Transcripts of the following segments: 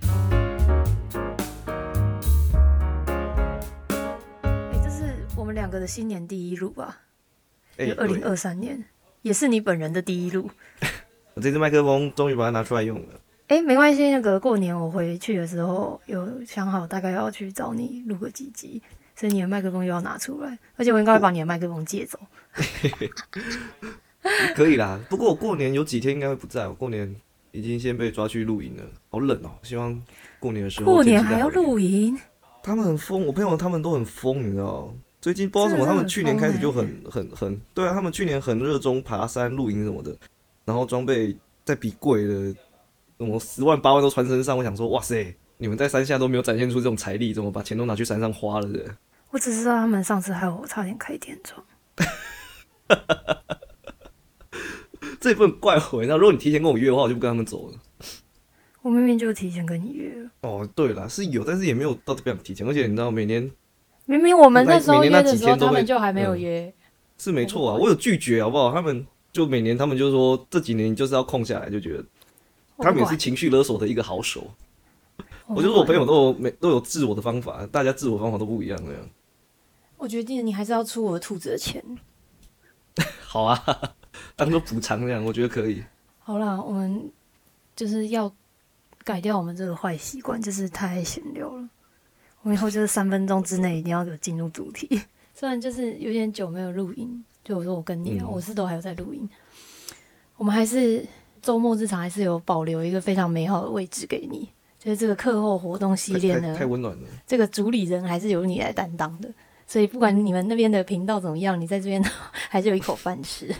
哎两个的新年第一路吧，哎、就二零二三年，也是你本人的第一路。我这支麦克风终于把它拿出来用了。哎，没关系，那个过年我回去的时候有想好大概要去找你录个几集，所以你的麦克风又要拿出来，而且我应该会把你的麦克风借走。可以啦，不过我过年有几天应该会不在，我过年已经先被抓去露营了，好冷哦、希望过年的时候过年天气还再要好一点？露营？他们很疯，我朋友他们都很疯，你知道。最近不知道为什么，真的他很疯们去年开始就欸很很很，对啊，他们去年很热衷爬山、露营什么的，然后装备再比贵的，什么十万八万都穿身上。我想说，哇塞，你们在山下都没有展现出这种财力，怎么把钱都拿去山上花了的？我只知道他们上次害我差点开天窗。 这也不能怪我，那如果你提前跟我约的话，我就不跟他们走了。我明明就提前跟你约了，哦，对了，是有，但是也没有到特别想提前，而且你知道，每年明明我们那那时候每约年那的几时候，天都他会们就还没有嗯约。是没错啊，我有拒绝好不好？他们就每年他们就说这几年就是要空下来，就觉得我他不们也是管情绪勒索的一个好手。我不就说我朋管友都有每都有治我的方法，大家治我方法都不一样那样。我决定你还是要出我的兔子的钱。好啊， 当做补偿这样，我觉得可以。好啦，我们就是要改掉我们这个坏习惯，就是太爱闲聊了。我们以后就是三分钟之内一定要有进入主题。 虽然就是有点久没有录音，就我说我跟你啊，嗯我是都还有在录音。我们还是周末日常还是有保留一个非常美好的位置给你，就是这个课后活动系太列太呢太，温暖了，这个主理人还是由你来担当的。所以不管你们那边的频道怎么样，你在这边 还是有一口饭吃。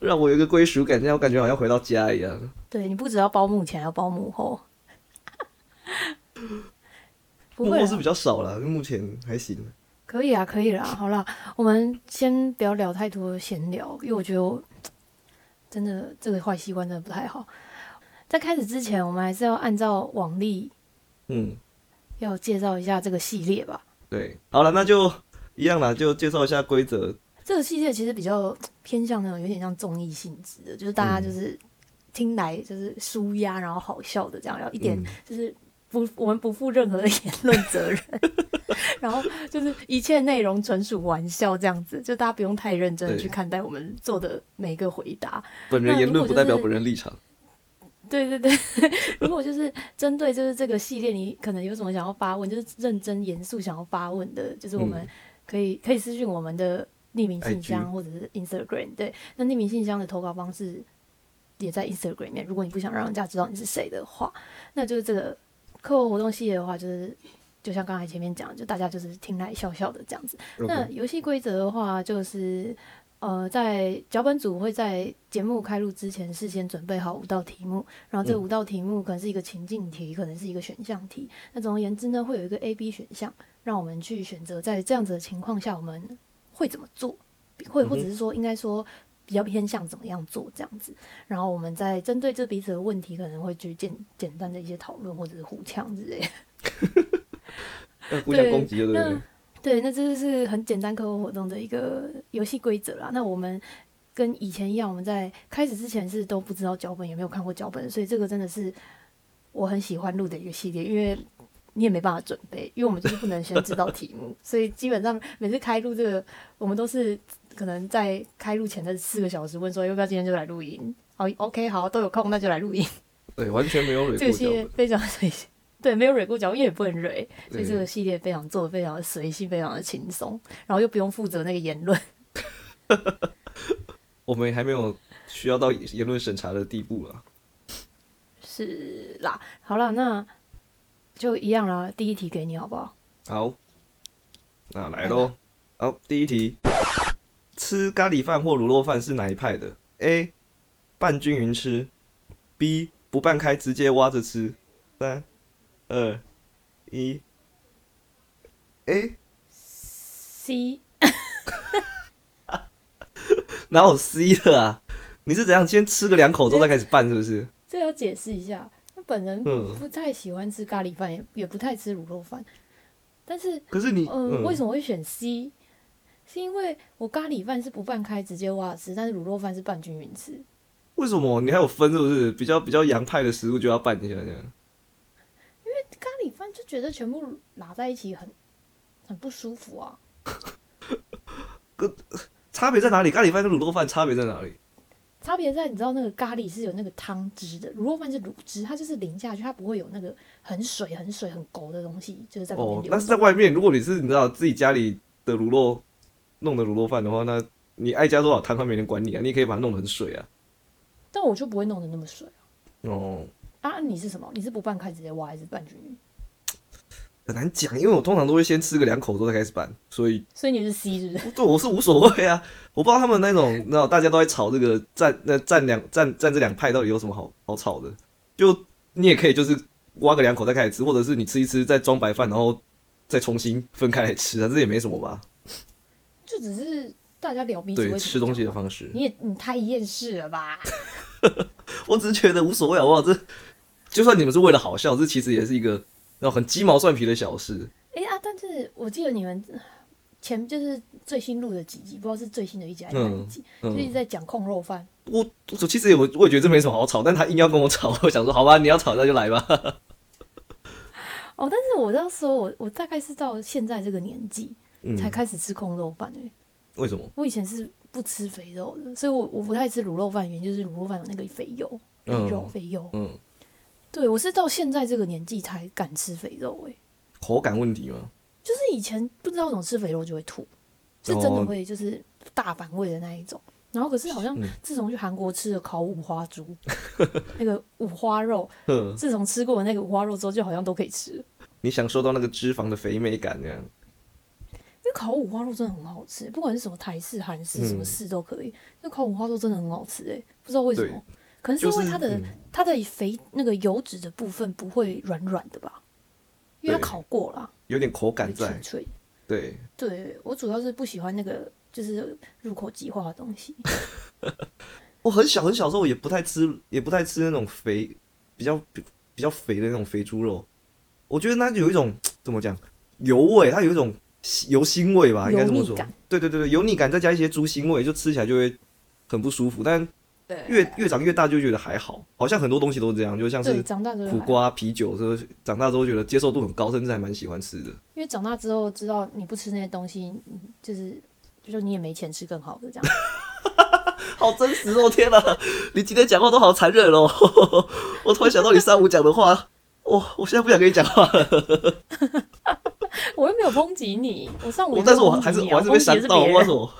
让我有一个归属感，让我感觉好像回到家一样。对你不只要包幕前，还要包幕 后。不幕会啊后啦是比较少了，目前还行。可以啊，可以啦。好啦，我们先不要聊太多闲聊，因为我觉得我真的这个坏习惯真的不太好。在开始之前，我们还是要按照往例嗯，要介绍一下这个系列吧。对，好了，那就一样啦，就介绍一下规则。这个系列其实比较偏向那种有点像综艺性质的，就是大嗯家就是听来就是舒压，然后好笑的这样，然后一点嗯，就是不，我们不负任何的言论责任， 然后就是一切内容纯属玩笑，这样子，就大家不用太认真的对去看待我们做的每一个回答。本人那言如论果不就代表是本人立场。对对对， 如果就是针对就是这个系列，你可能有什么想要发问，就是认真严肃想要发问的，就是我们嗯可以、可以私讯我们的匿名信箱 IG 或者是 Instagram。对，那匿名信箱的投稿方式也在 Instagram 里面。如果你不想让人家知道你是谁的话，那就是这个课后活动系列的话，就是就像刚才前面讲，就大家就是听来笑笑的这样子。那 OK 游戏规则的话，就是呃，在脚本组会在节目开录之前事先准备好五道题目，然后这嗯五道题目可能是一个情境题，可能是一个选项题。那总而言之呢，会有一个 A、B 选项，让我们去选择在这样子的情况下我们会怎么做，会或者嗯哼是说应该说。比较偏向怎么样做这样子，然后我们再针对这彼此的问题，可能会去简简单的一些讨论或者是互呛之类的。要互相对攻击，对不对那？对，那这就是很简单课后活动的一个游戏规则啦。那我们跟以前一样，我们在开始之前是都不知道脚本，也没有看过脚本，所以这个真的是我很喜欢录的一个系列，因为你也没办法准备，因为我们就是不能先知道题目，所以基本上每次开录这个，我们都是可能在开录前的四个小时问说要不要今天就来录音。好，OK，好，都有空那就来录音。对，完全没有蕊这个过系脚列本。非常随性，对，没有蕊过脚，因为也不能蕊。所以这对个，系列非常做的非常的随性，非常的轻松，然后又不用负责那个言论。我们还没有需要到言论审查的地步了。是啦，好啦，那就一样啦。第一题给你好不好？好，那来喽。好，第一题，吃咖喱饭或卤肉饭是哪一派的？A. 拌均匀吃，B. 不拌开直接挖着吃。三、二、一。A. C 哪有 C 的啊？你是怎样先吃个两口之后再开始拌，是不是？这要解释一下，那本人嗯不太喜欢吃咖喱饭，也也不太吃卤肉饭，但是可是你，嗯，为什么？么会选 C？是因为我咖喱饭是不拌开直接挖着吃，但是卤肉饭是拌均匀吃。为什么你还有分是不是？比较比较洋派的食物就要拌一下这样。咖喱饭就觉得全部拉在一起很很不舒服啊。差别在哪里？咖喱饭跟卤肉饭差别在哪里？差别在你知道那个咖喱是有那个汤汁的，卤肉饭是卤汁，它就是淋下去，它不会有那个很水、很水、很勾的东西，就是在旁边哦，流动。那是在外面。如果你是你知道自己家里的卤肉弄的卤肉饭的话，那你爱加多少汤，他没人管你啊，你也可以把它弄得很水啊。但我就不会弄得那么水哦，啊。啊，你是什么？你是不拌开直接挖，还是拌均匀？很难讲，因为我通常都会先吃个两口之后再开始拌，所以所以你是 C 是不是？对我是无所谓啊。我不知道他们那种，那大家都在吵这个站那站两站站这两派到底有什么好好吵的？就你也可以就是挖个两口再开始吃，或者是你吃一吃再装白饭，然后再重新分开来吃啊，这也没什么吧？就只是大家聊彼此对，会吃东西的方式。你也你太厌世了吧？ 我只是觉得无所谓好不好？这就算你们是为了好笑，这其实也是一个那种很鸡毛蒜皮的小事。哎、啊，但是我记得你们 前就是最新录的几集，不知道是最新的一集还是哪一集，嗯嗯就一直在讲控肉饭。我我其实也我我也觉得这没什么好吵，但他硬要跟我吵，我想说好吧，你要吵那就来吧。哦，但是我那时候我我大概是到现在这个年纪嗯，才开始吃控肉饭诶、为什么？我以前是不吃肥肉的，所以我我不太吃卤肉饭，原因就是卤肉饭有那个肥油，肥嗯肉、肥油。嗯，对我是到现在这个年纪才敢吃肥肉诶、口感问题吗？就是以前不知道怎么吃肥肉就会吐，是真的哦会就是大反胃的那一种。然后可是好像嗯自从去韩国吃了烤五花猪， 那个五花肉，呵，自从吃过那个五花肉之后，就好像都可以吃了。你享受到那个脂肪的肥美感这样。因为烤五花肉真的很好吃，欸不管是什么台式、韩式、什么嗯式都可以。那、烤五花肉真的很好吃哎、不知道为什对么，可能是因就为是它的、嗯它的肥那个油脂的部分不会软软的吧，因为它对烤过啦，有点口会感脆在，脆。对，对我主要是不喜欢那个就是入口即化的东西。我很小很小时候也不太吃，也不太吃那种肥，比较比比较肥的那种肥猪肉。我觉得它有一种怎么讲油味，它有一种油腥味吧，应该这么油说腻感。对对对对，油腻感再加一些猪腥味，就吃起来就会很不舒服。但对越越长越大就觉得还好，好像很多东西都这样，就像对，是长大之后苦还好，瓜、啤酒，这长大之后觉得接受度很高，甚至还蛮喜欢吃的。因为长大之后知道你不吃那些东西，你就是就是你也没钱吃更好的这样。 好真实哦！天哪，你今天讲话都好残忍哦！ 我突然想到你上午讲的话，我我现在不想跟你讲话了。我又没有抨击你，我上午我也没有但是我抨击还是你啊我还是被抨击的伤是到，别我人什么？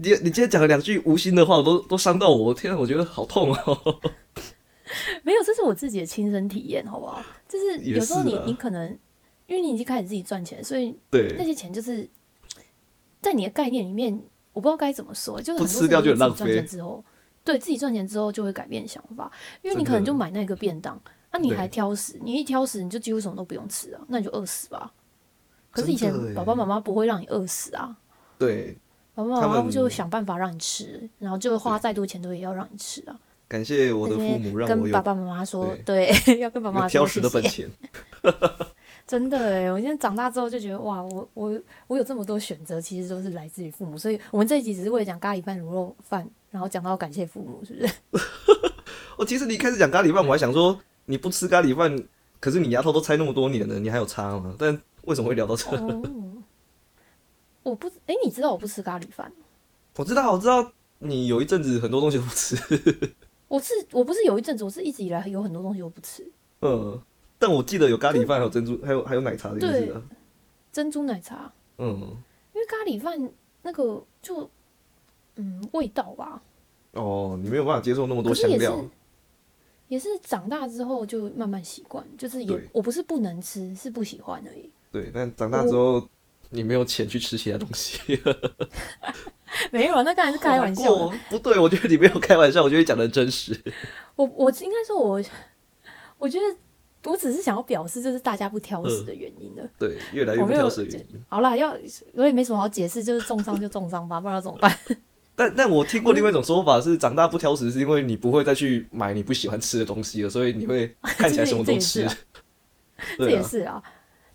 你你今天讲了两句无心的话，我都都伤到我，天啊，我觉得好痛哦。 没有，这是我自己的亲身体验，好不好？就是也有时候是你啊你可能因为你已经开始自己赚钱，所以那对，些钱就是在你的概念里面，我不知道该怎么说，就是不很多吃掉时候就很浪自己赚钱费之后，对自己赚钱之后就会改变想法，因为真你的可能就买那个便当，那、你对还挑食，你一挑食你就几乎什么都不用吃啊，那你就饿死吧。可是以前真的耶爸爸妈妈不会让你饿死啊，对，爸爸妈他妈们就想办法让你吃，然后就花再多钱都也要让你吃啊。感谢我的父母让我跟爸有爸妈妈说，对， 要跟爸妈说有挑食的谢谢本 钱。真的哎，我现在长大之后就觉得哇，我我我有这么多选择，其实都是来自于父母。所以我们这一集只是为了讲咖喱饭、卤肉饭，然后讲到感谢父母，是 不是？哦，其实你一开始讲咖喱饭，我还想说你不吃咖喱饭，可是你牙套都拆那么多年了，你还有差吗？但为什么会聊到这？ 哦， 我不哎，你知道我不吃咖喱饭，我知道，我知道，你有一阵子很多东西都不吃，我是我不是有一阵子，我是一直以来有很多东西我不吃，嗯，但我记得有咖喱饭，还有珍珠，还有还有奶茶这件事啊，珍珠奶茶，嗯，因为咖喱饭那个就嗯味道吧，哦，你没有办法接受那么多可是香也是料，也是长大之后就慢慢习惯，就是对也我不是不能吃，是不喜欢而已。 对，但长大之后你没有钱去吃其他东西。没有啊，那当然是开玩笑的。好难过哦 不对，我觉得你没有开玩笑，我觉得你讲的真实。我我应该说我，我觉得我只是想要表示这是大家不挑食的原因了。对，越来越我嗯不没有挑食的原因。好啦，要我也没什么好解释，就是重伤就重伤吧，不然要怎么办？ 但但我听过另外一种说法是，长大不挑食是因为你不会再去买你不喜欢吃的东西了，所以你会看起来什么都这吃也是。这 对也啊，是啊。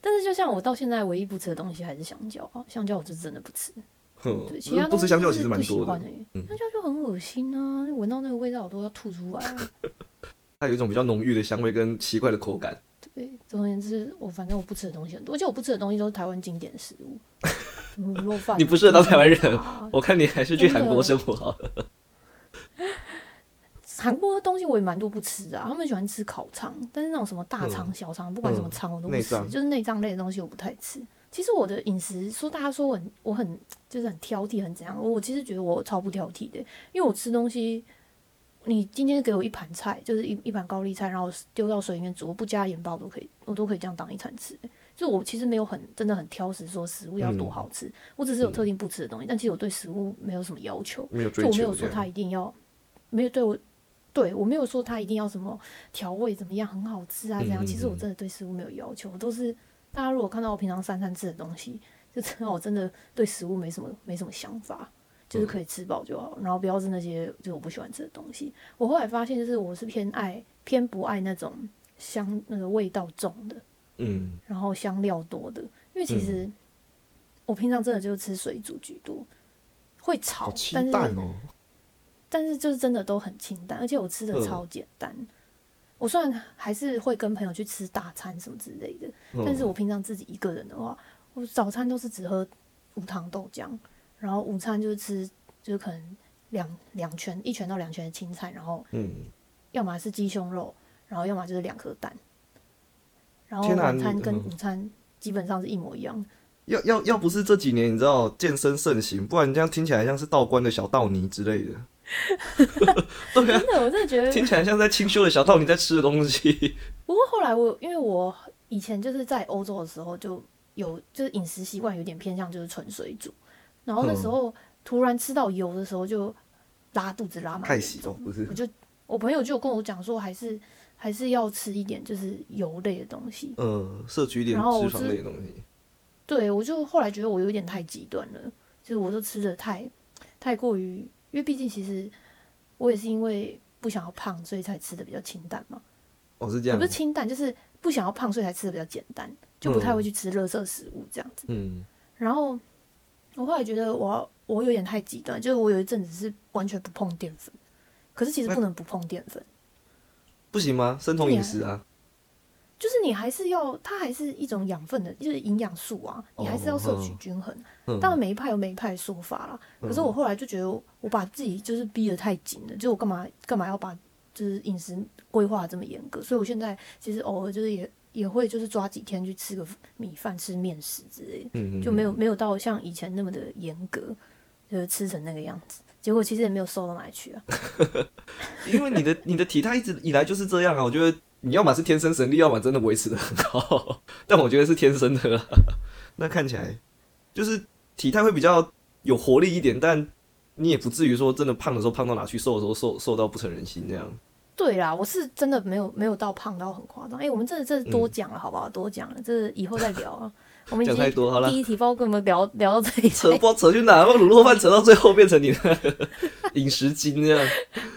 但是就像我到现在唯一不吃的东西还是香蕉啊，香蕉我就真的不吃。哼对，其他嗯哦不东西吃香蕉就其是实不蛮喜多欢的嗯的。。香蕉就很恶心啊，闻到那个味道我都要吐出来啊。它有一种比较浓郁的香味跟奇怪的口感。对对，总而言之，我反正我不吃的东西很多，而且我不吃的东西都是台湾经典食物， 卤肉饭。你不适合当台湾人啊 我看你还是去韩国生活好了。韩国的东西我也蛮多不吃的、啊，他们喜欢吃烤肠，但是那种什么大肠、小肠，不管什么肠我都不嗯内吃，脏就是内脏类的东西我不太吃。其实我的饮食说大家说我很我很就是很挑剔，很怎样，我其实觉得我超不挑剔的，因为我吃东西，你今天给我一盘菜，就是一一盘高丽菜，然后丢到水里面煮，我不加盐巴我都可以，我都可以这样当一餐吃。就我其实没有很真的很挑食，说食物要嗯多好吃，我只是有特定不吃的东西，但其实我对食物没有什么要求。没有就追我没求有这说他样，一定要，没有对我，对我没有说他一定要什么调味怎么样很好吃啊怎样。其实我嗯嗯嗯真的对食物没有要求，我都是大家如果看到我平常三餐吃的东西，就知道我真的对食物没什么没什么想法，就是嗯可以吃饱就好，然后不要是那些就是我不喜欢吃的东西。我后来发现，就是我是偏爱偏不爱那种香那个味道重的，嗯然后香料多的，因为其实我平常真的就是吃水煮居多。会炒好，期但是待哦。但是就是真的都很清淡，而且我吃的嗯超简单。我虽然还是会跟朋友去吃大餐什么之类的，但嗯是我平常自己一个人的话，我早餐都是只喝无糖豆浆，然后午餐就是吃就是可能两两拳一拳到两拳的青菜，然后嗯，要么是鸡胸肉，然后要么就是两颗蛋，然后天哪晚你餐跟嗯午餐基本上是一模一样的。 要要要不是这几年你知道健身盛行，不然这样听起来像是道观的小道尼之类的，真的，我真的觉得听起来像在清修的小道尼在吃的东西。不过后来我，因为我以前就是在欧洲的时候就有，就是饮食习惯有点偏向就是纯水煮，然后那时候突然吃到油的时候就拉肚子拉蛮太严喜重哦，不是我就我朋友就跟我讲说，还是还是要吃一点就是油类的东西。呃，摄取一点然后我脂肪是类的东西。对我就后来觉得我有点太极端了，就是我都吃的太太过于，因为毕竟其实我也是因为不想要胖，所以才吃的比较清淡嘛。哦，是这也样不。是清淡，就是不想要胖，所以才吃的比较简单，就不太会去吃垃圾食物这样子。嗯，然后我后来觉得我我有点太极端，就是我有一阵子是完全不碰淀粉，可是其实不能不碰淀粉，不行吗？生酮饮食啊。就是你还是要它还是一种养分的，就是营养素啊，你还是要摄取均衡。嗯，当然每一派有每一派的说法啦，可是我后来就觉得我我把自己就是逼得太紧了，就我干嘛干嘛要把就是饮食规划得这么严格，所以我现在其实偶尔就是也也会就是抓几天去吃个米饭、吃面食之类的，嗯就没有没有到像以前那么的严格，就是吃成那个样子。结果其实也没有瘦到哪里去啊， 因为你的你的体态一直以来就是这样啊，我觉得你要么是天生神力，要么真的维持的很好，但我觉得是天生的啦。 那看起来就是体态会比较有活力一点，但你也不至于说真的胖的时候胖到哪去，瘦的时候瘦瘦到不成人形这样。对啦，我是真的没有没有到胖到很夸张。哎、我们这这多讲了好不好？多讲了，这以后再聊啊。我们已嗯讲经太多好了第一题，包括我们聊聊到这里才扯不知道扯去哪，把卤肉饭扯到最后变成你的 饮食经这样。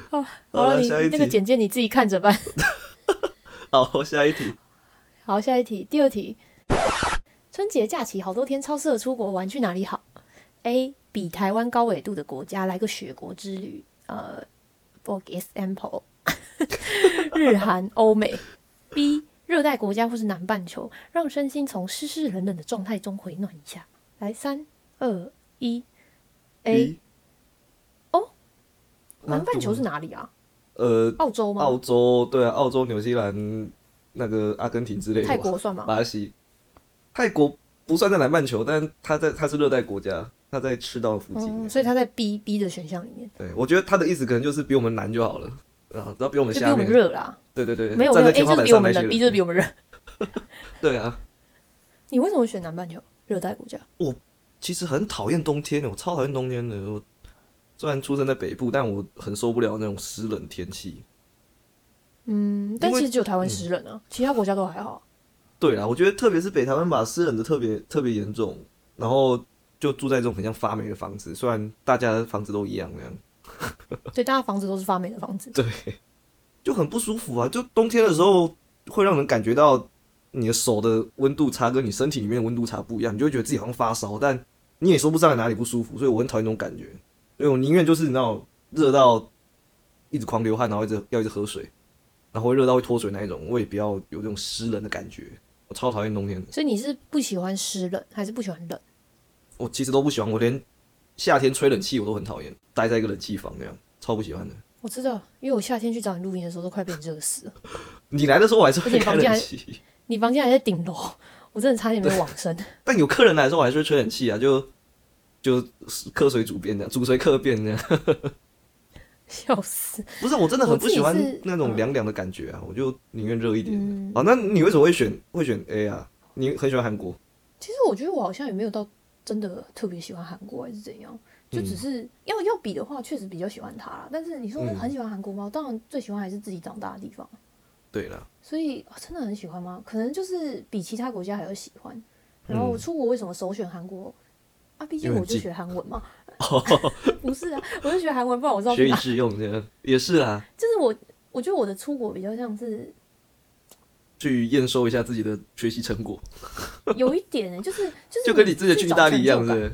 好好了，了你下一那个题简介你自己看着办。 好，下一题，好，下一题，第二题。春节假期好多天，超适合出国玩，去哪里好？A. 比台湾高纬度的国家来个雪国之旅，呃，for example，日韩、欧美。B. 热带国家或是南半球，让身心从湿湿冷冷的状态中回暖一下。来，三、二、一。A. 一南半球是哪里啊？呃，澳洲吗？澳洲对啊，澳洲、纽西兰、那个阿根廷之类的吧，泰国算吗？巴西，泰国不算在南半球，但它在它是热带国家，它在赤道附近。嗯，所以它在 B B 的选项里面，对，我觉得它的意思可能就是比我们南就好了啊，只要比我们就比我下们面。热啦。对对对，没有没站有在 A 天就是花板比我上那们些冷，B 就是人。比我们热。嗯对啊，你为什么选南半球热带国家？其实很讨厌冬天的，我超讨厌冬天的。我虽然出生在北部，但我很受不了那种湿冷天气。嗯，但因为其实只有台湾湿冷啊，其他国家都还好。对啊，我觉得特别是北台湾把湿冷的特别特别严重，然后就住在这种很像发霉的房子，虽然大家的房子都一样那样。所以大家房子都是发霉的房子。对，就很不舒服啊！就冬天的时候，会让人感觉到你的手的温度差跟你身体里面的温度差不一样，你就会觉得自己好像发烧，但你也说不上来哪里不舒服，所以我很讨厌那种感觉。所以我宁愿就是你知道热到一直狂流汗，然后一直要一直喝水，然后会热到会脱水那一种，我也不要有这种湿冷的感觉。我超讨厌冬天的，所以你是不喜欢湿冷，还是不喜欢冷？我其实都不喜欢，我连夏天吹冷气我都很讨厌，待在一个冷气房那样，超不喜欢的。我知道，因为我夏天去找你录音的时候都快被你热死了。 你来的时候我还是而会且开房间冷还气，你房间还在顶楼，我真的差点没往生。但有客人来的时候我还是会吹冷气啊，就就客随主便这样，主随客便这样。 笑死！不是，我真的很我不自己喜欢是那种凉凉的感觉啊，我就宁愿热一点。嗯，啊，那你为什么会选会选 A 啊？你很喜欢韩国，其实我觉得我好像也没有到真的特别喜欢韩国，还是怎样，就嗯只是、要要比的话，确实比较喜欢他啦。但是你说嗯很喜欢韩国吗？我当然最喜欢还是自己长大的地方，啊对了，所以、啊真的很喜欢吗？可能就是比其他国家还要喜欢。然后嗯我出国为什么首选韩国？啊，毕竟因我为很就近学韩文 嘛。不是啊，我就学韩文，不然我知道去学以哪致用这样 也是啦，就是我，我觉得我的出国比较像 是去验收一下自己的学习成嗯果，有一点、欸，就是就是就跟你之前去去意找大利成一样就感的。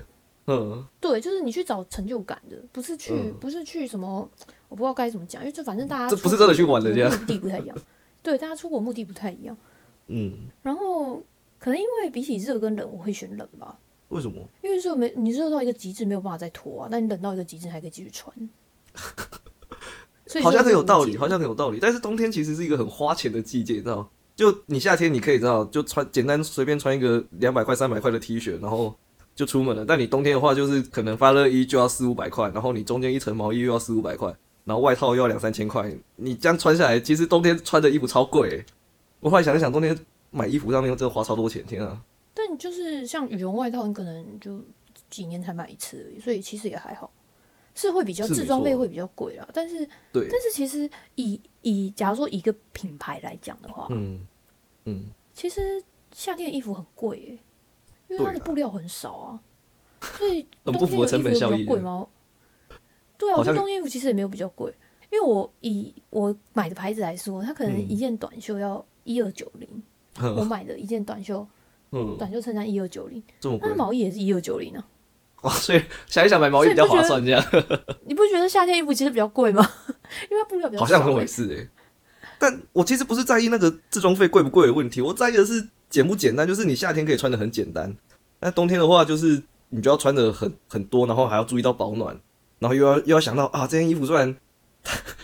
嗯，对，就是你去找成就感的，不是去、嗯不是去什么，我不知道该怎么讲，因为就反正大家这不是出国真的去玩的这样目的不太一样。对，大家出国目的不太一样。嗯，然后可能因为比起热跟冷，我会选冷吧，为什么？因为热没你热到一个极致没有办法再脱啊，但你冷到一个极致还可以继续 穿。所以好像热很是有无道解理，的好像很有道理。哎但是冬天其实是一个很花钱的季节，你知道？就你夏天你可以知道，就穿简单随便穿一个两百块、三百块的 T 恤，然后就出门了。但你冬天的话，就是可能发热衣就要四五百块，然后你中间一层毛衣又要四五百块，然后外套又要两三千块。你这样穿下来，其实冬天穿的衣服超贵欸、我后来想一想，冬天买衣服上面真的花超多钱，天啊！但就是像羽绒外套，你可能就几年才买一次而已，所以其实也还好，是会比较是没自装错备啊会比较贵啦。但是对，但是其实以以假如说以一个品牌来讲的话，嗯嗯，其实夏天的衣服很贵耶、因为它对的啦布料很少啊，所以很冬不天符合的衣成服本有效比益较贵吗？对啊，好我觉像得冬天衣服其实也没有比较贵，因为我以我买的牌子来说，它可能嗯哦一件短袖要一二九零，我买的一件短袖 嗯，短袖衬衫一二九零，这么那贵毛衣也是一二九零啊。 哇！ 所以想一想，买毛衣比较划算，这样。你不觉得夏天衣服其实比较贵吗？ 因为它布料比较好像少很欸回事哎、但我其实不是在意那个自装费贵不贵的问题，我在意的是简不简单，就是你夏天可以穿的很简单，那冬天的话就是你就要穿的很很多，然后还要注意到保暖，然后又要又要想到啊，这件衣服虽然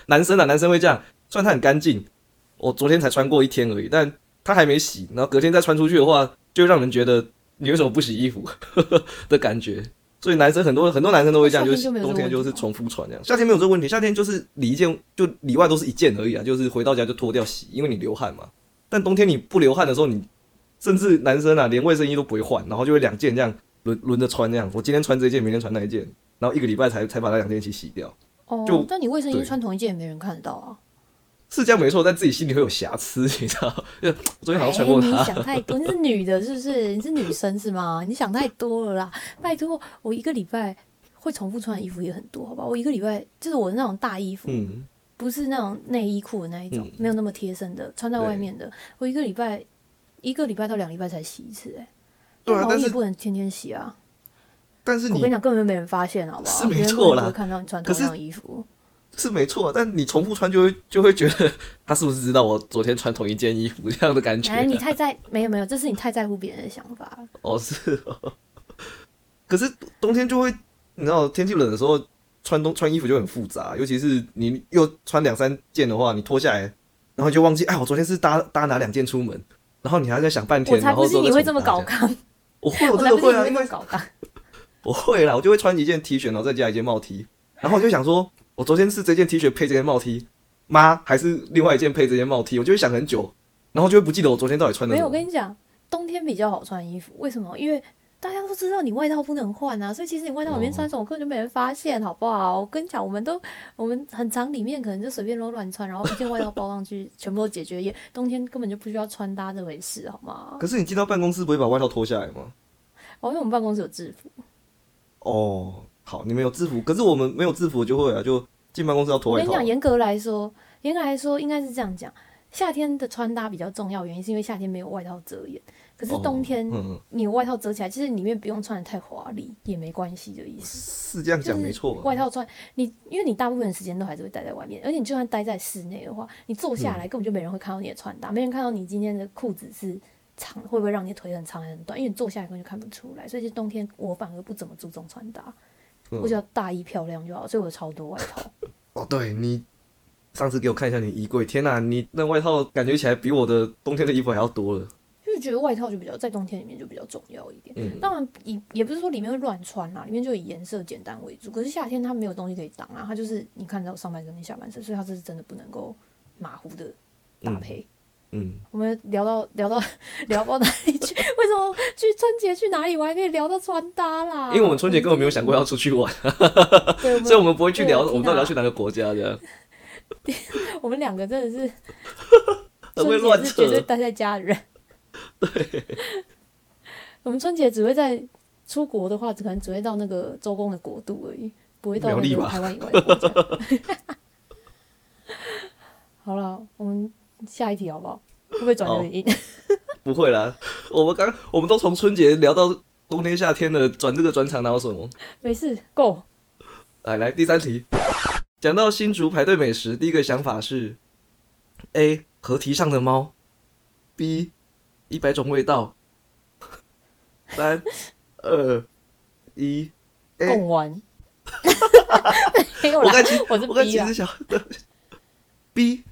男生啊男生会这样，虽然它很干净，我昨天才穿过一天而已，但它还没洗，然后隔天再穿出去的话，就会让人觉得你为什么不洗衣服 的感觉。所以男生很多很多男生都会这样，夏就天是就没有这个冬天就问题是吗重复穿这样。夏天没有这个问题，夏天就是里一件就里外都是一件而已啊，就是回到家就脱掉洗，因为你流汗嘛。但冬天你不流汗的时候，你甚至男生啊连卫生衣都不会换，然后就会两件这样轮轮着穿这样。我今天穿这一件，明天穿那一件，然后一个礼拜才才把那两件一起洗掉，就哦，但你卫生对衣穿同一件也没人看得到啊。是这样没错，但自己心里会有瑕疵， 你知道？就我昨天好像穿过哎你它，想太多，你是女的，是不是？你是女生是吗？你想太多了啦！拜托，我一个礼拜会重复穿的衣服也很多，好吧？我一个礼拜就是我那种大衣服，嗯，不是那种内衣裤的那一种，嗯没有那么贴身的，穿在对外面的，我一个礼拜一个礼拜到两礼拜才洗一次、哎，对啊，毛但衣也是不能天天洗啊！但是我跟你你讲，根本没人发现，好不好？是没别人错啦不会看到你穿可同是样的衣服。是没错，但你重复穿就会就会觉得他是不是知道我昨天穿同一件衣服这样的感觉、哎，你太在没有没有，这是你太在乎别人的想法了。哦，是哦。可是冬天就会，你知道天气冷的时候，穿冬穿衣服就很复杂，尤其是你又穿两三件的话，你脱下来，然后就忘记，哎，我昨天是搭搭哪两件出门，然后你还在想半我天，才然不后之信后你再会重这么搭搞样。刚，我会，我我真才的不信会你啊，会因这为么搞刚。我会啦，我就会穿一件 T 恤，然后再加一件帽 T，然后我就想说，我昨天是这件 T 恤配这件帽 T 吗？还是另外一件配这件帽 T？我就会想很久，然后就会不记得我昨天到底穿的没什有，我么。跟你讲，冬天比较好穿衣服，为什么？因为大家都知道你外套不能换啊，所以其实你外套里面穿什么根本就没人发现，好不好？哦我跟你讲，我们都我们很常里面可能就随便都乱穿，然后一件外套包上去，全部都解决也冬天根本就不需要穿搭这回事，好 吗？可是你进到办公室不会把外套脱下来吗？哦，因为我们办公室有制服，哦，好，你们有制服，可是我们没有制服就会啊，就进办公室要脱我外跟你套。讲，严格来说，严格来说应该是这样讲。夏天的穿搭比较重要，原因是因为夏天没有外套遮掩。可是冬天嗯嗯，你外套折起来，其实里面不用穿的太华丽也没关系的意思。是这样讲没错啊吧外？套穿你，因为你大部分时间都还是会待在外面，而且你就算待在室内的话，你坐下嗯来根本就没人会看到你的穿搭，没人看到你今天的裤子是长，会不会让你的腿很长还是很短？因为你坐下来根本就看不出来。所以其实冬天我反而不怎么注重穿搭，嗯我只要大衣漂亮就好，所以我有超多外套。哦，对你上次给我看一下你衣柜，天哪，你那外套感觉起来比我的冬天的衣服还要多了。就是觉得外套就比较在冬天里面就比较重要一点。嗯，当然也也不是说里面会乱穿啦，里面就以颜色简单为主。可是夏天它没有东西可以挡啊，它就是你看到上半身跟下半身，所以它这是真的不能够马虎的搭配。嗯，我们聊到 聊到聊到哪里去？ 为什么去春节去哪里玩可以聊到穿搭啦？因为我们春节根本没有想过要出去玩，对我们 所以我们不会去聊对我们到底要去哪个国家这样，我们两个真的是 很会春乱节是绝对扯。待在家的 人。对，我们春节只会在出国的话，可能只会到那个周公的国度而已，不会到苗栗那个吧台湾以外的国家。 好了，我们下一题好不好？会不会转有点硬？ 不会啦，我们刚我们都从春节聊到冬天夏天了，转这个转场哪有什么？没事，Go。来来，第三题，讲到新竹排队美食，第一个想法是：A. 河堤上的猫，B. 一百种味道。 三、二、一。哎贡 丸。没有我啦刚，其我是我刚 B 啊啦其实，想 B，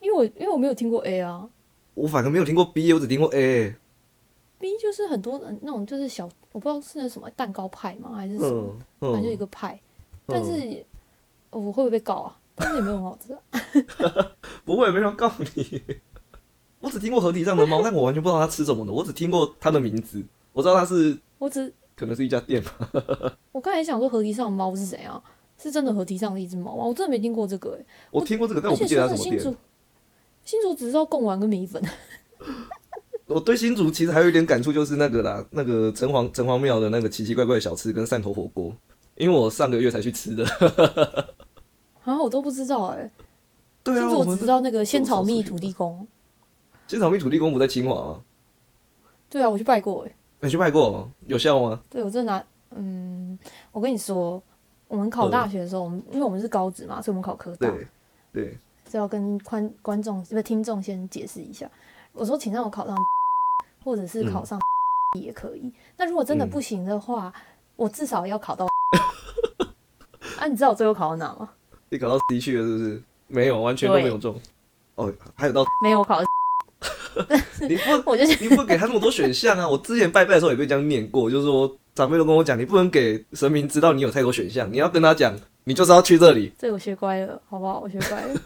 因为我因为我没有听过 A 啊我反而没有听过 B，我只听过 A。 ，B 就是很多那种就是小，我不知道是那什么蛋糕派吗还是什么，嗯反正就一嗯，个派，但是呃我会不会被告啊？但是也没有很好吃啊， 不会，没人告你。 我只听过河堤上的猫，但我完全不知道它吃什么的。我只听过它的名字，我知道它是我只可能是一家店吧。我刚才想说河堤上的猫是谁啊？是真的河堤上的一只猫吗？我真的没听过这个哎、我听过这个，但而我不且记真得它的是什么新店竹。，新竹只知道贡丸跟米粉， 我对新竹其实还有一点感触，就是那个啦，那个城隍城隍庙的那个奇奇怪怪的小吃跟汕头火锅，因为我上个月才去吃的。然后我都不知道哎、 对新啊，竹我我只们知道那个仙草我蜜们是土地公，仙草蜜土地公不在啊清华吗？对啊，我去拜过哎、你去拜过，有效吗？对我真的拿，嗯，我跟你说，我们考大学的时候，我们因为我们是高职嘛，所以我们考科大，嗯对，对，这要跟观观众不是听众先解释一下。我说，请让我考上，或者是考上、也可以。那如果真的嗯不行的话，我至少要考到。 啊，你知道我最后考到哪吗？你考到 D 去了是不是？没有，完全都没有中。哦，还有到没有，我考到， 你不我就 你不给他那么多选项啊！我之前拜拜的时候也被这样念过，就是说长辈都跟我讲，你不能给神明知道你有太多选项，你要跟他讲，你就是要去这里。这我学乖了，好不好？我学乖了。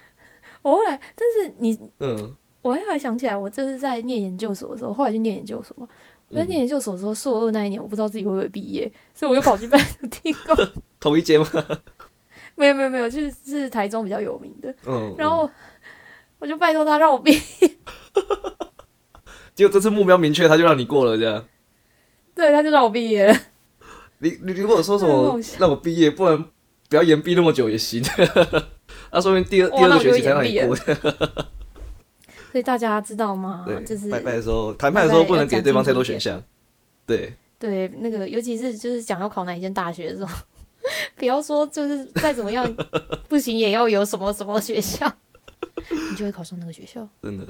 我后来，但是你嗯，我后来想起来，我这是在念研究所的时候，后来就念研究所嘛。我在嗯念研究所的时候，硕二那一年，我不知道自己会不会毕业，所以我又跑去拜土地公。同一间吗？ 没有没有没有，就是是台中比较有名的，嗯，然后我就拜托他让我毕 业。结果这次目标明确，他就让你过了这样。对，他就让我毕业了。 你你如果说什很么好笑让我毕业，不然不要延毕那么久也行。 那说明第二哇第那二个我就学期才让你延过。所以大家知道吗？对，嗯就是拜拜的时候，谈判的时候拜拜不能给对方太多要讲清楚选项。对，对那个，尤其是就是想要考哪一间大学的时候， 不要说就是再怎么 样不行，也要有什么什么学校， 你就会考上那个学校。真的。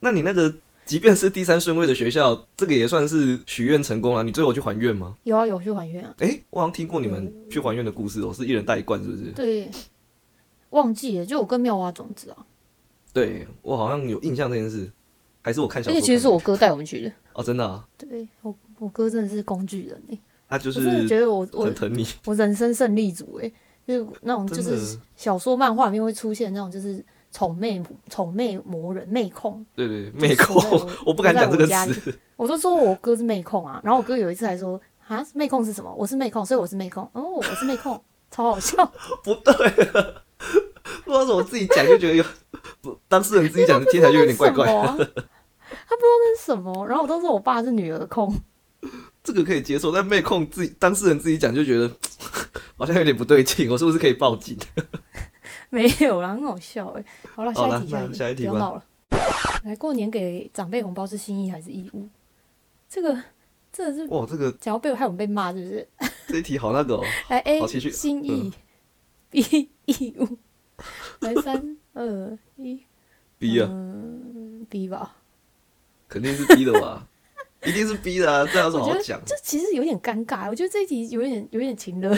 那你那个，即便是第三顺位的学校，这个也算是许愿成功了。你最后去还愿吗？有啊，有去还愿啊。诶，哎我好像听过你们去还愿的故事哦，是一人带一罐，是不是？对，忘记了，就我跟妙蛙种子啊，对，我好像有印象这件事，还是我看小而说且看的？其实是我哥带我们去的。哦，真的、啊，对我，我哥真的是工具人哎、他就我真的是觉得我我很 疼你，我人生胜利组哎、就是那种就真是的。小说漫画里面会出现那种就是宠妹宠妹魔人妹控，对对，妹控在我， 我不敢讲这个都在我家里词。我都说我哥是妹控啊，然后我哥有一次还说啊妹控是什么？我是妹控，所以我是妹控，哦我是妹控， 超好笑， 不对了，不知道怎么自己讲就觉得有，不当事人自己讲听起来就有点怪怪他。不知道那是什么啊他不知道那是什么，然后我都说我爸是女儿控，这个可以接受，但妹控自己当事人自己讲就觉得 好像有点不对劲，我是不是 可以报警？没有啦，很好笑哎、好了，好下啦一题，那题，下一题不要吧闹了。来过年给长辈红包是心意还是义务？这个真的是哇，这个想要被害我们被骂是不是？这一题好那个哦，来 A 好情嗯绪心意、b 义务，来三二一逼啊，嗯 B 吧。肯定是逼的吧，一定是逼的啊，这有什么我觉好得讲？这其实有点尴尬，我觉得这一题有点有点情了。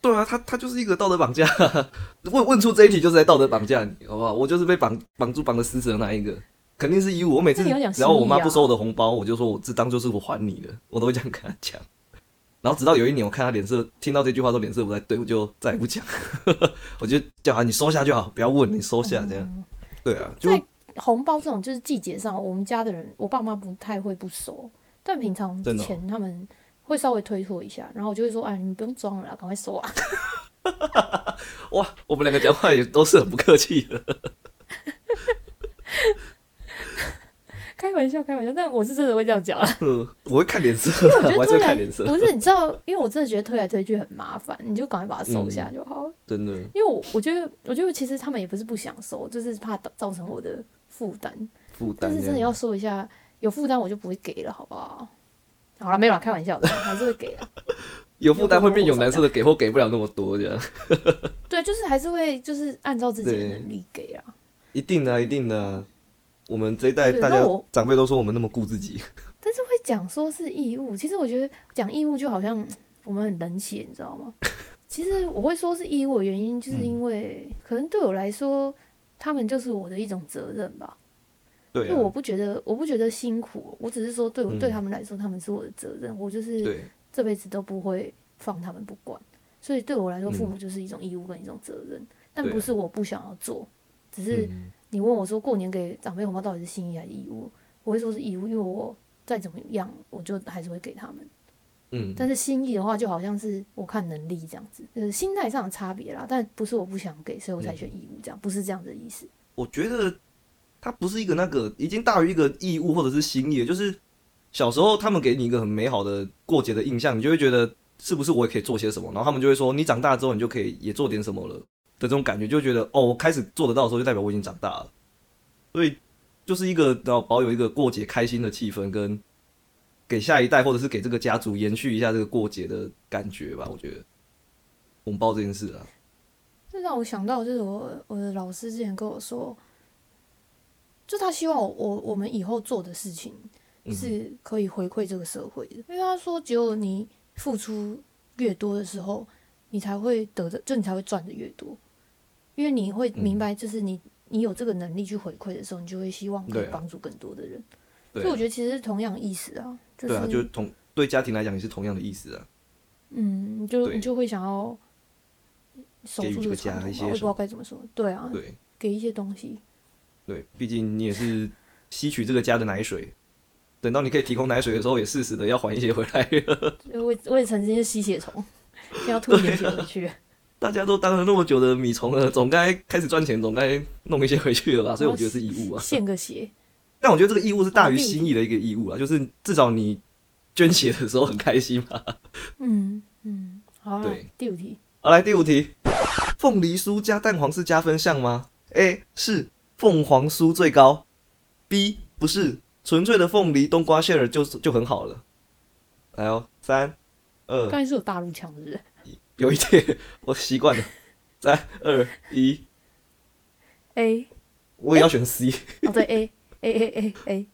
对啊，他他就是一个道德绑架， 问问出这一题就是在道德绑架你，好不好？我就是被绑绑住绑的死死的那一个，肯定是义务。我每次那你要讲只要我妈心意啊不收我的红包，我就说我这当就是我还你的，我都会这样跟她讲。然后直到有一年，我看她脸色，听到这句话之后脸色不太对，我就再也不讲， 我就叫她你收下就好，不要问，你收下这样。对啊，就嗯在红包这种就是季节上，我们家的人，我爸妈不太会不收，但平常真的哦钱他们会稍微推脱一下，然后我就会说：“哎，你不用装了啦，赶快收啊 哇，我们两个讲话也都是很不客气的。！” 开玩笑，开玩笑，但我是真的会这样讲啊。嗯，我会看脸色，我觉 我得还推是会来看脸色，不是你知道，因为我真的觉得推来推去很麻烦，你就赶快把它收嗯下就好了。真的。因为我我觉得，我觉得其实他们也不是不想收，就是怕造造成我的负担。负担但这是样，真的要说一下，有负担我就不会给了，好不好？好了，没有啦，开玩笑的，还是会给啊啦。有负担会变有难色的，给或给不了那么多这样。对，就是还是会就是按照自己的能力给啦。一定的啊、一定的啊、我们这一代对大家那我长辈都说我们那么顾自己，但是会讲说是义务，其实我觉得讲义务就好像嗯我们很冷血，你知道吗？ 其实我会说是义务的原因，就是嗯因为、可能对我来说，他们就是我的一种责任吧。对、因为我啊，不觉得，我不觉得辛苦，我只是说对我、嗯对他们来说，他们是我的责任，我就是对，这辈子都不会放他们不管。所以对我来说，嗯父母就是一种义务跟一种责任，但对啊不是我不想要做，只是嗯，你问我说过年给长辈红包到底是心意还是义务，我会说是义务，因为我再怎么样，我就还是会给他们。嗯，但是心意的话，就好像是我看能力这样子，呃，心态上的差别啦。但不是我不想给，所以我才选义务，这样、不是这样的意思。我觉得它不是一个那个，已经大于一个义务或者是心意了，就是小时候他们给你一个很美好的过节的印象，你就会觉得是不是我也可以做些什么，然后他们就会说你长大之后你就可以也做点什么了的这种感觉，就觉得哦，我开始做得到的时候，就代表我已经长大了，所以就是一个哦要保有一个过节开心的气氛，跟给下一代或者是给这个家族延续一下这个过节的感觉吧，我觉得红包这件事啊，这让我想到，就是我我的老师之前跟我说，就他希望我我我们以后做的事情嗯是可以回馈这个社会的，因为他说，只有你付出越多的时候，你才会得的，就你才会赚的越多，因为你会嗯明白，就是你、你有这个能力去回馈的时候，你就会希望可对以啊帮助更多的人。对所以我啊觉得其实是同样意思啊，就对是、啊，就是同对家庭来讲也是同样的意思啊。嗯，你就对你就会想要守给予住这这个个家传统一吧，些我也不什知么道该怎么说。对啊，对给一些东西。对，毕竟你也是吸取这个家的奶水，等到你可以提供奶水的时候，也适时的要还一些回来。 我也我也曾经是吸血虫，现在要吐一点血回去。大家都当了那么久的米虫了，总该开始赚钱，总该弄一些回去了 吧？所以我觉得是义务啊。献个 血，但我觉得这个义务是大于心意的一个义务啊，就是至少你捐血的时候很开心嘛。嗯嗯，好啦对，第五题，好，啊来第五题，凤梨酥加蛋黄是加分项吗？A 是凤凰酥最高，B 不是，纯粹的凤梨冬瓜馅儿就就很好了。来哦，三二刚才是有大陆腔，是不是？有一点，我习惯了。三二一， A，我也要选 C。哦对 A A A A A，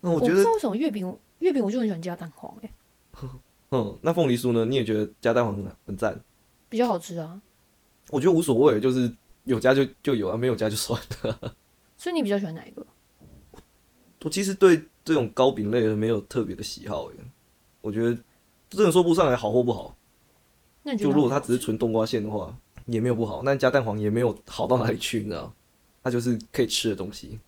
那 我我觉不知得道，为什么月饼月饼我就很喜欢加蛋黄哎、嗯，那凤梨酥呢？你也觉得加蛋黄很很赞？比较好吃啊，我觉得无所谓，就是有加就就有啊，没有加就算了。所以你比较喜欢哪一个？我其实对这种糕饼类的没有特别的喜好耶，我觉得真的说不上来好或不好。那你觉就得如果它只是纯冬瓜馅的话，也没有不好，但加蛋黄也没有好到哪里去，你知道？它就是可以吃的东西。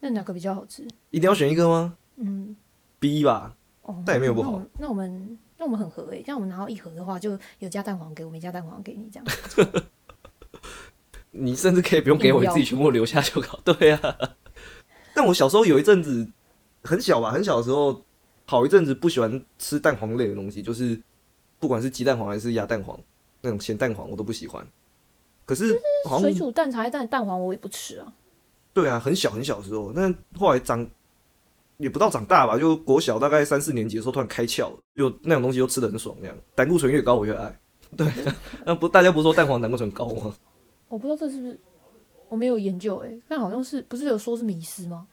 那哪个比较好吃？一定要选一个吗嗯， ？B 吧，哦，但也没有不好那我们那我们那我们很合哎、欸，像我们拿到一盒的话，就有加蛋黄给我，没加蛋黄给你这样。你甚至可以不用给我，硬你要自己全部留下就好。对啊，但我小时候有一阵子很小吧，很小的时候，好一阵子不喜欢吃蛋黄类的东西，就是不管是鸡蛋黄还是鸭蛋黄那 种咸蛋黄，我都不喜欢。可是好水像煮蛋、茶叶蛋、蛋黄我也不吃啊，对啊，很小很小的时候，但后来长也不到长大吧，就国小大概三四年级的时候突然开窍了，就那种东西就吃的很爽，这样胆固醇越高我越爱。 对，那不大家不是说蛋黄胆固醇高吗？我不知道这是不是我没有研究欸哎、但好像是不是有说是迷失吗？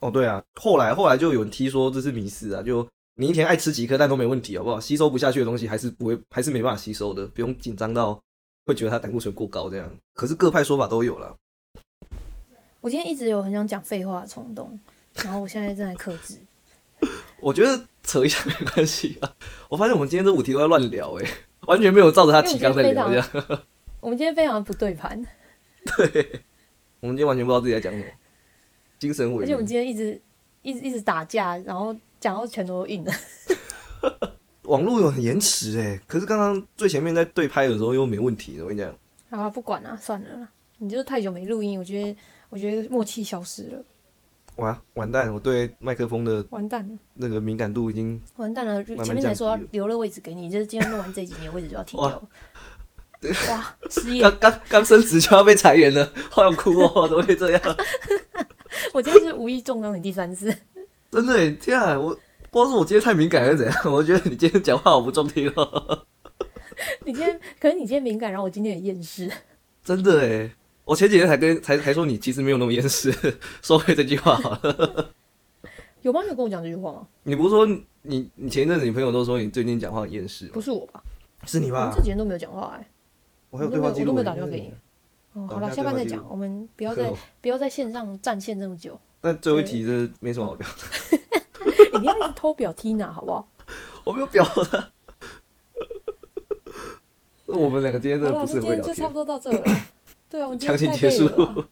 哦，对啊，后来后来就有人踢说这是迷思啊，就你一天爱吃几颗蛋都没问题，好不好？吸收不下去的东西还是不会，还是没办法吸收的，不用紧张到会觉得它胆固醇过高这样。可是各派说法都有啦。我今天一直有很想讲废话的冲动，然后我现在正在克制。我觉得扯一下没关系啊。我发现我们今天这五题都在乱聊、欸，完全没有照着它提纲在聊这样。我们今天非常不对盘，对，我们今天完全不知道自己在讲什么，精神而萎且我们靡。今天一直一直一直打架，然后讲到拳头都硬了。 网络有很延迟哎、可是刚刚最前面在对拍的时候又没问题，我跟你讲。好啊吧，不管了、算了啦。你就是太久没录音，我觉得我觉得默契消失了，哇，完蛋！我对麦克风的完蛋了，那个敏感度已经完蛋了。就慢前面才说要降低了留了位置给你，就是今天录完这一集，你的位置就要停掉了。 哇，失业！刚刚刚升职就要被裁员了，好想哭哦！怎么会这 样？我今天是无意中让你第三次。 真的耶，天啊！我不知道是我今天太敏感还是怎样，我觉得你今天讲话好不中听哦。你今天可是你今天敏感，然后我今天也厌世。真的哎，我前几天才跟才才说你其实没有那么厌世，收回这句话好了。有吗？你有跟我讲这句话吗？你不是说你你前一阵子你朋友都说你最近讲话很厌世吗不？是我吧？啊是你我们吧这？几天都没有讲话哎、我还有对话记录耶，欸我都没有我都没有打电话给你哦，好等了，一下下班对话再记讲录。我们不要 可以再哦。不要在线上占线这么久， 但最后一题这没什么好聊，欸你要一直偷表 Tina 好不好？ 我没有表了。我们两个今天好真的了，不是今很会天聊就差不天，多到这 了。对啊，我们今强天行太结累束。了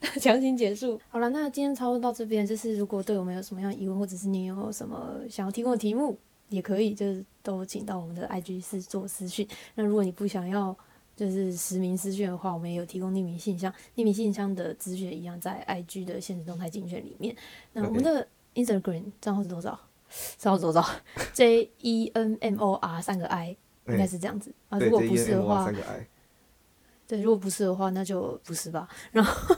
啊 强行结束。好了，那今天差不多到这边。就是如果对我们有什么样的疑问，或者是你有什么想要提供的题目，也可以就是都请到我们的 IG 是做私讯。那如果你不想要就是实名私讯的话，我们也有提供匿名信箱，匿名信箱的资讯一样在 IG 的现实动态精选里面。那我们的 Instagram 账号是多少？账号是多少 ？J E N M O R 三个 I，应哎该是这样子啊。对如果这不是的 ENMR 话三，个 I 对，如果不是的话，那就不是吧。然 后，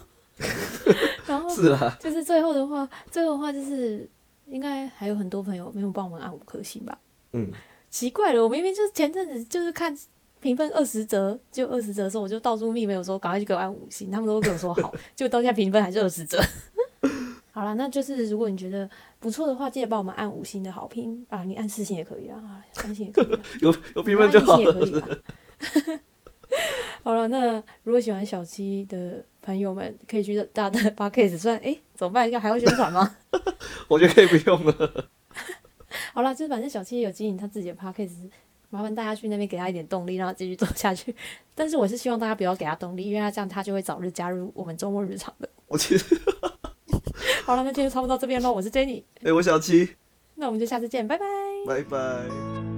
然后是啦， 就是最后的话，最后的话就是应该还有很多朋友没有帮我们按五颗星吧？嗯，奇怪了，我明明就是前阵子就是看评分二十折，就二十折的时候，我就到处密没有说赶快去给我按五星，他们都跟我说 好，就到现在评分还是二十折。 好啦，那就是如果你觉得不错的话，记得帮我们按五星的好评啊，你按四星也可以啊，啊三星也可以啊。啊有有评论就好了。那一起也可以吧好了，那如果喜欢小七的朋友们，可以去大的 p o d c a s 算，哎，怎么办？要还要宣传 吗？我觉得可以不用了。好啦，就是反正小七也有经营他自己的 p o d c a s 麻烦大家去那边给他一点动力，让他继续做下去。但是我是希望大家不要给他动力，因为他这样他就会早日加入我们周末日常的。我其实，好了，那今天就差不多到这边喽，我是 Jenny，哎、我小七，那我们就下次见，拜拜。拜拜。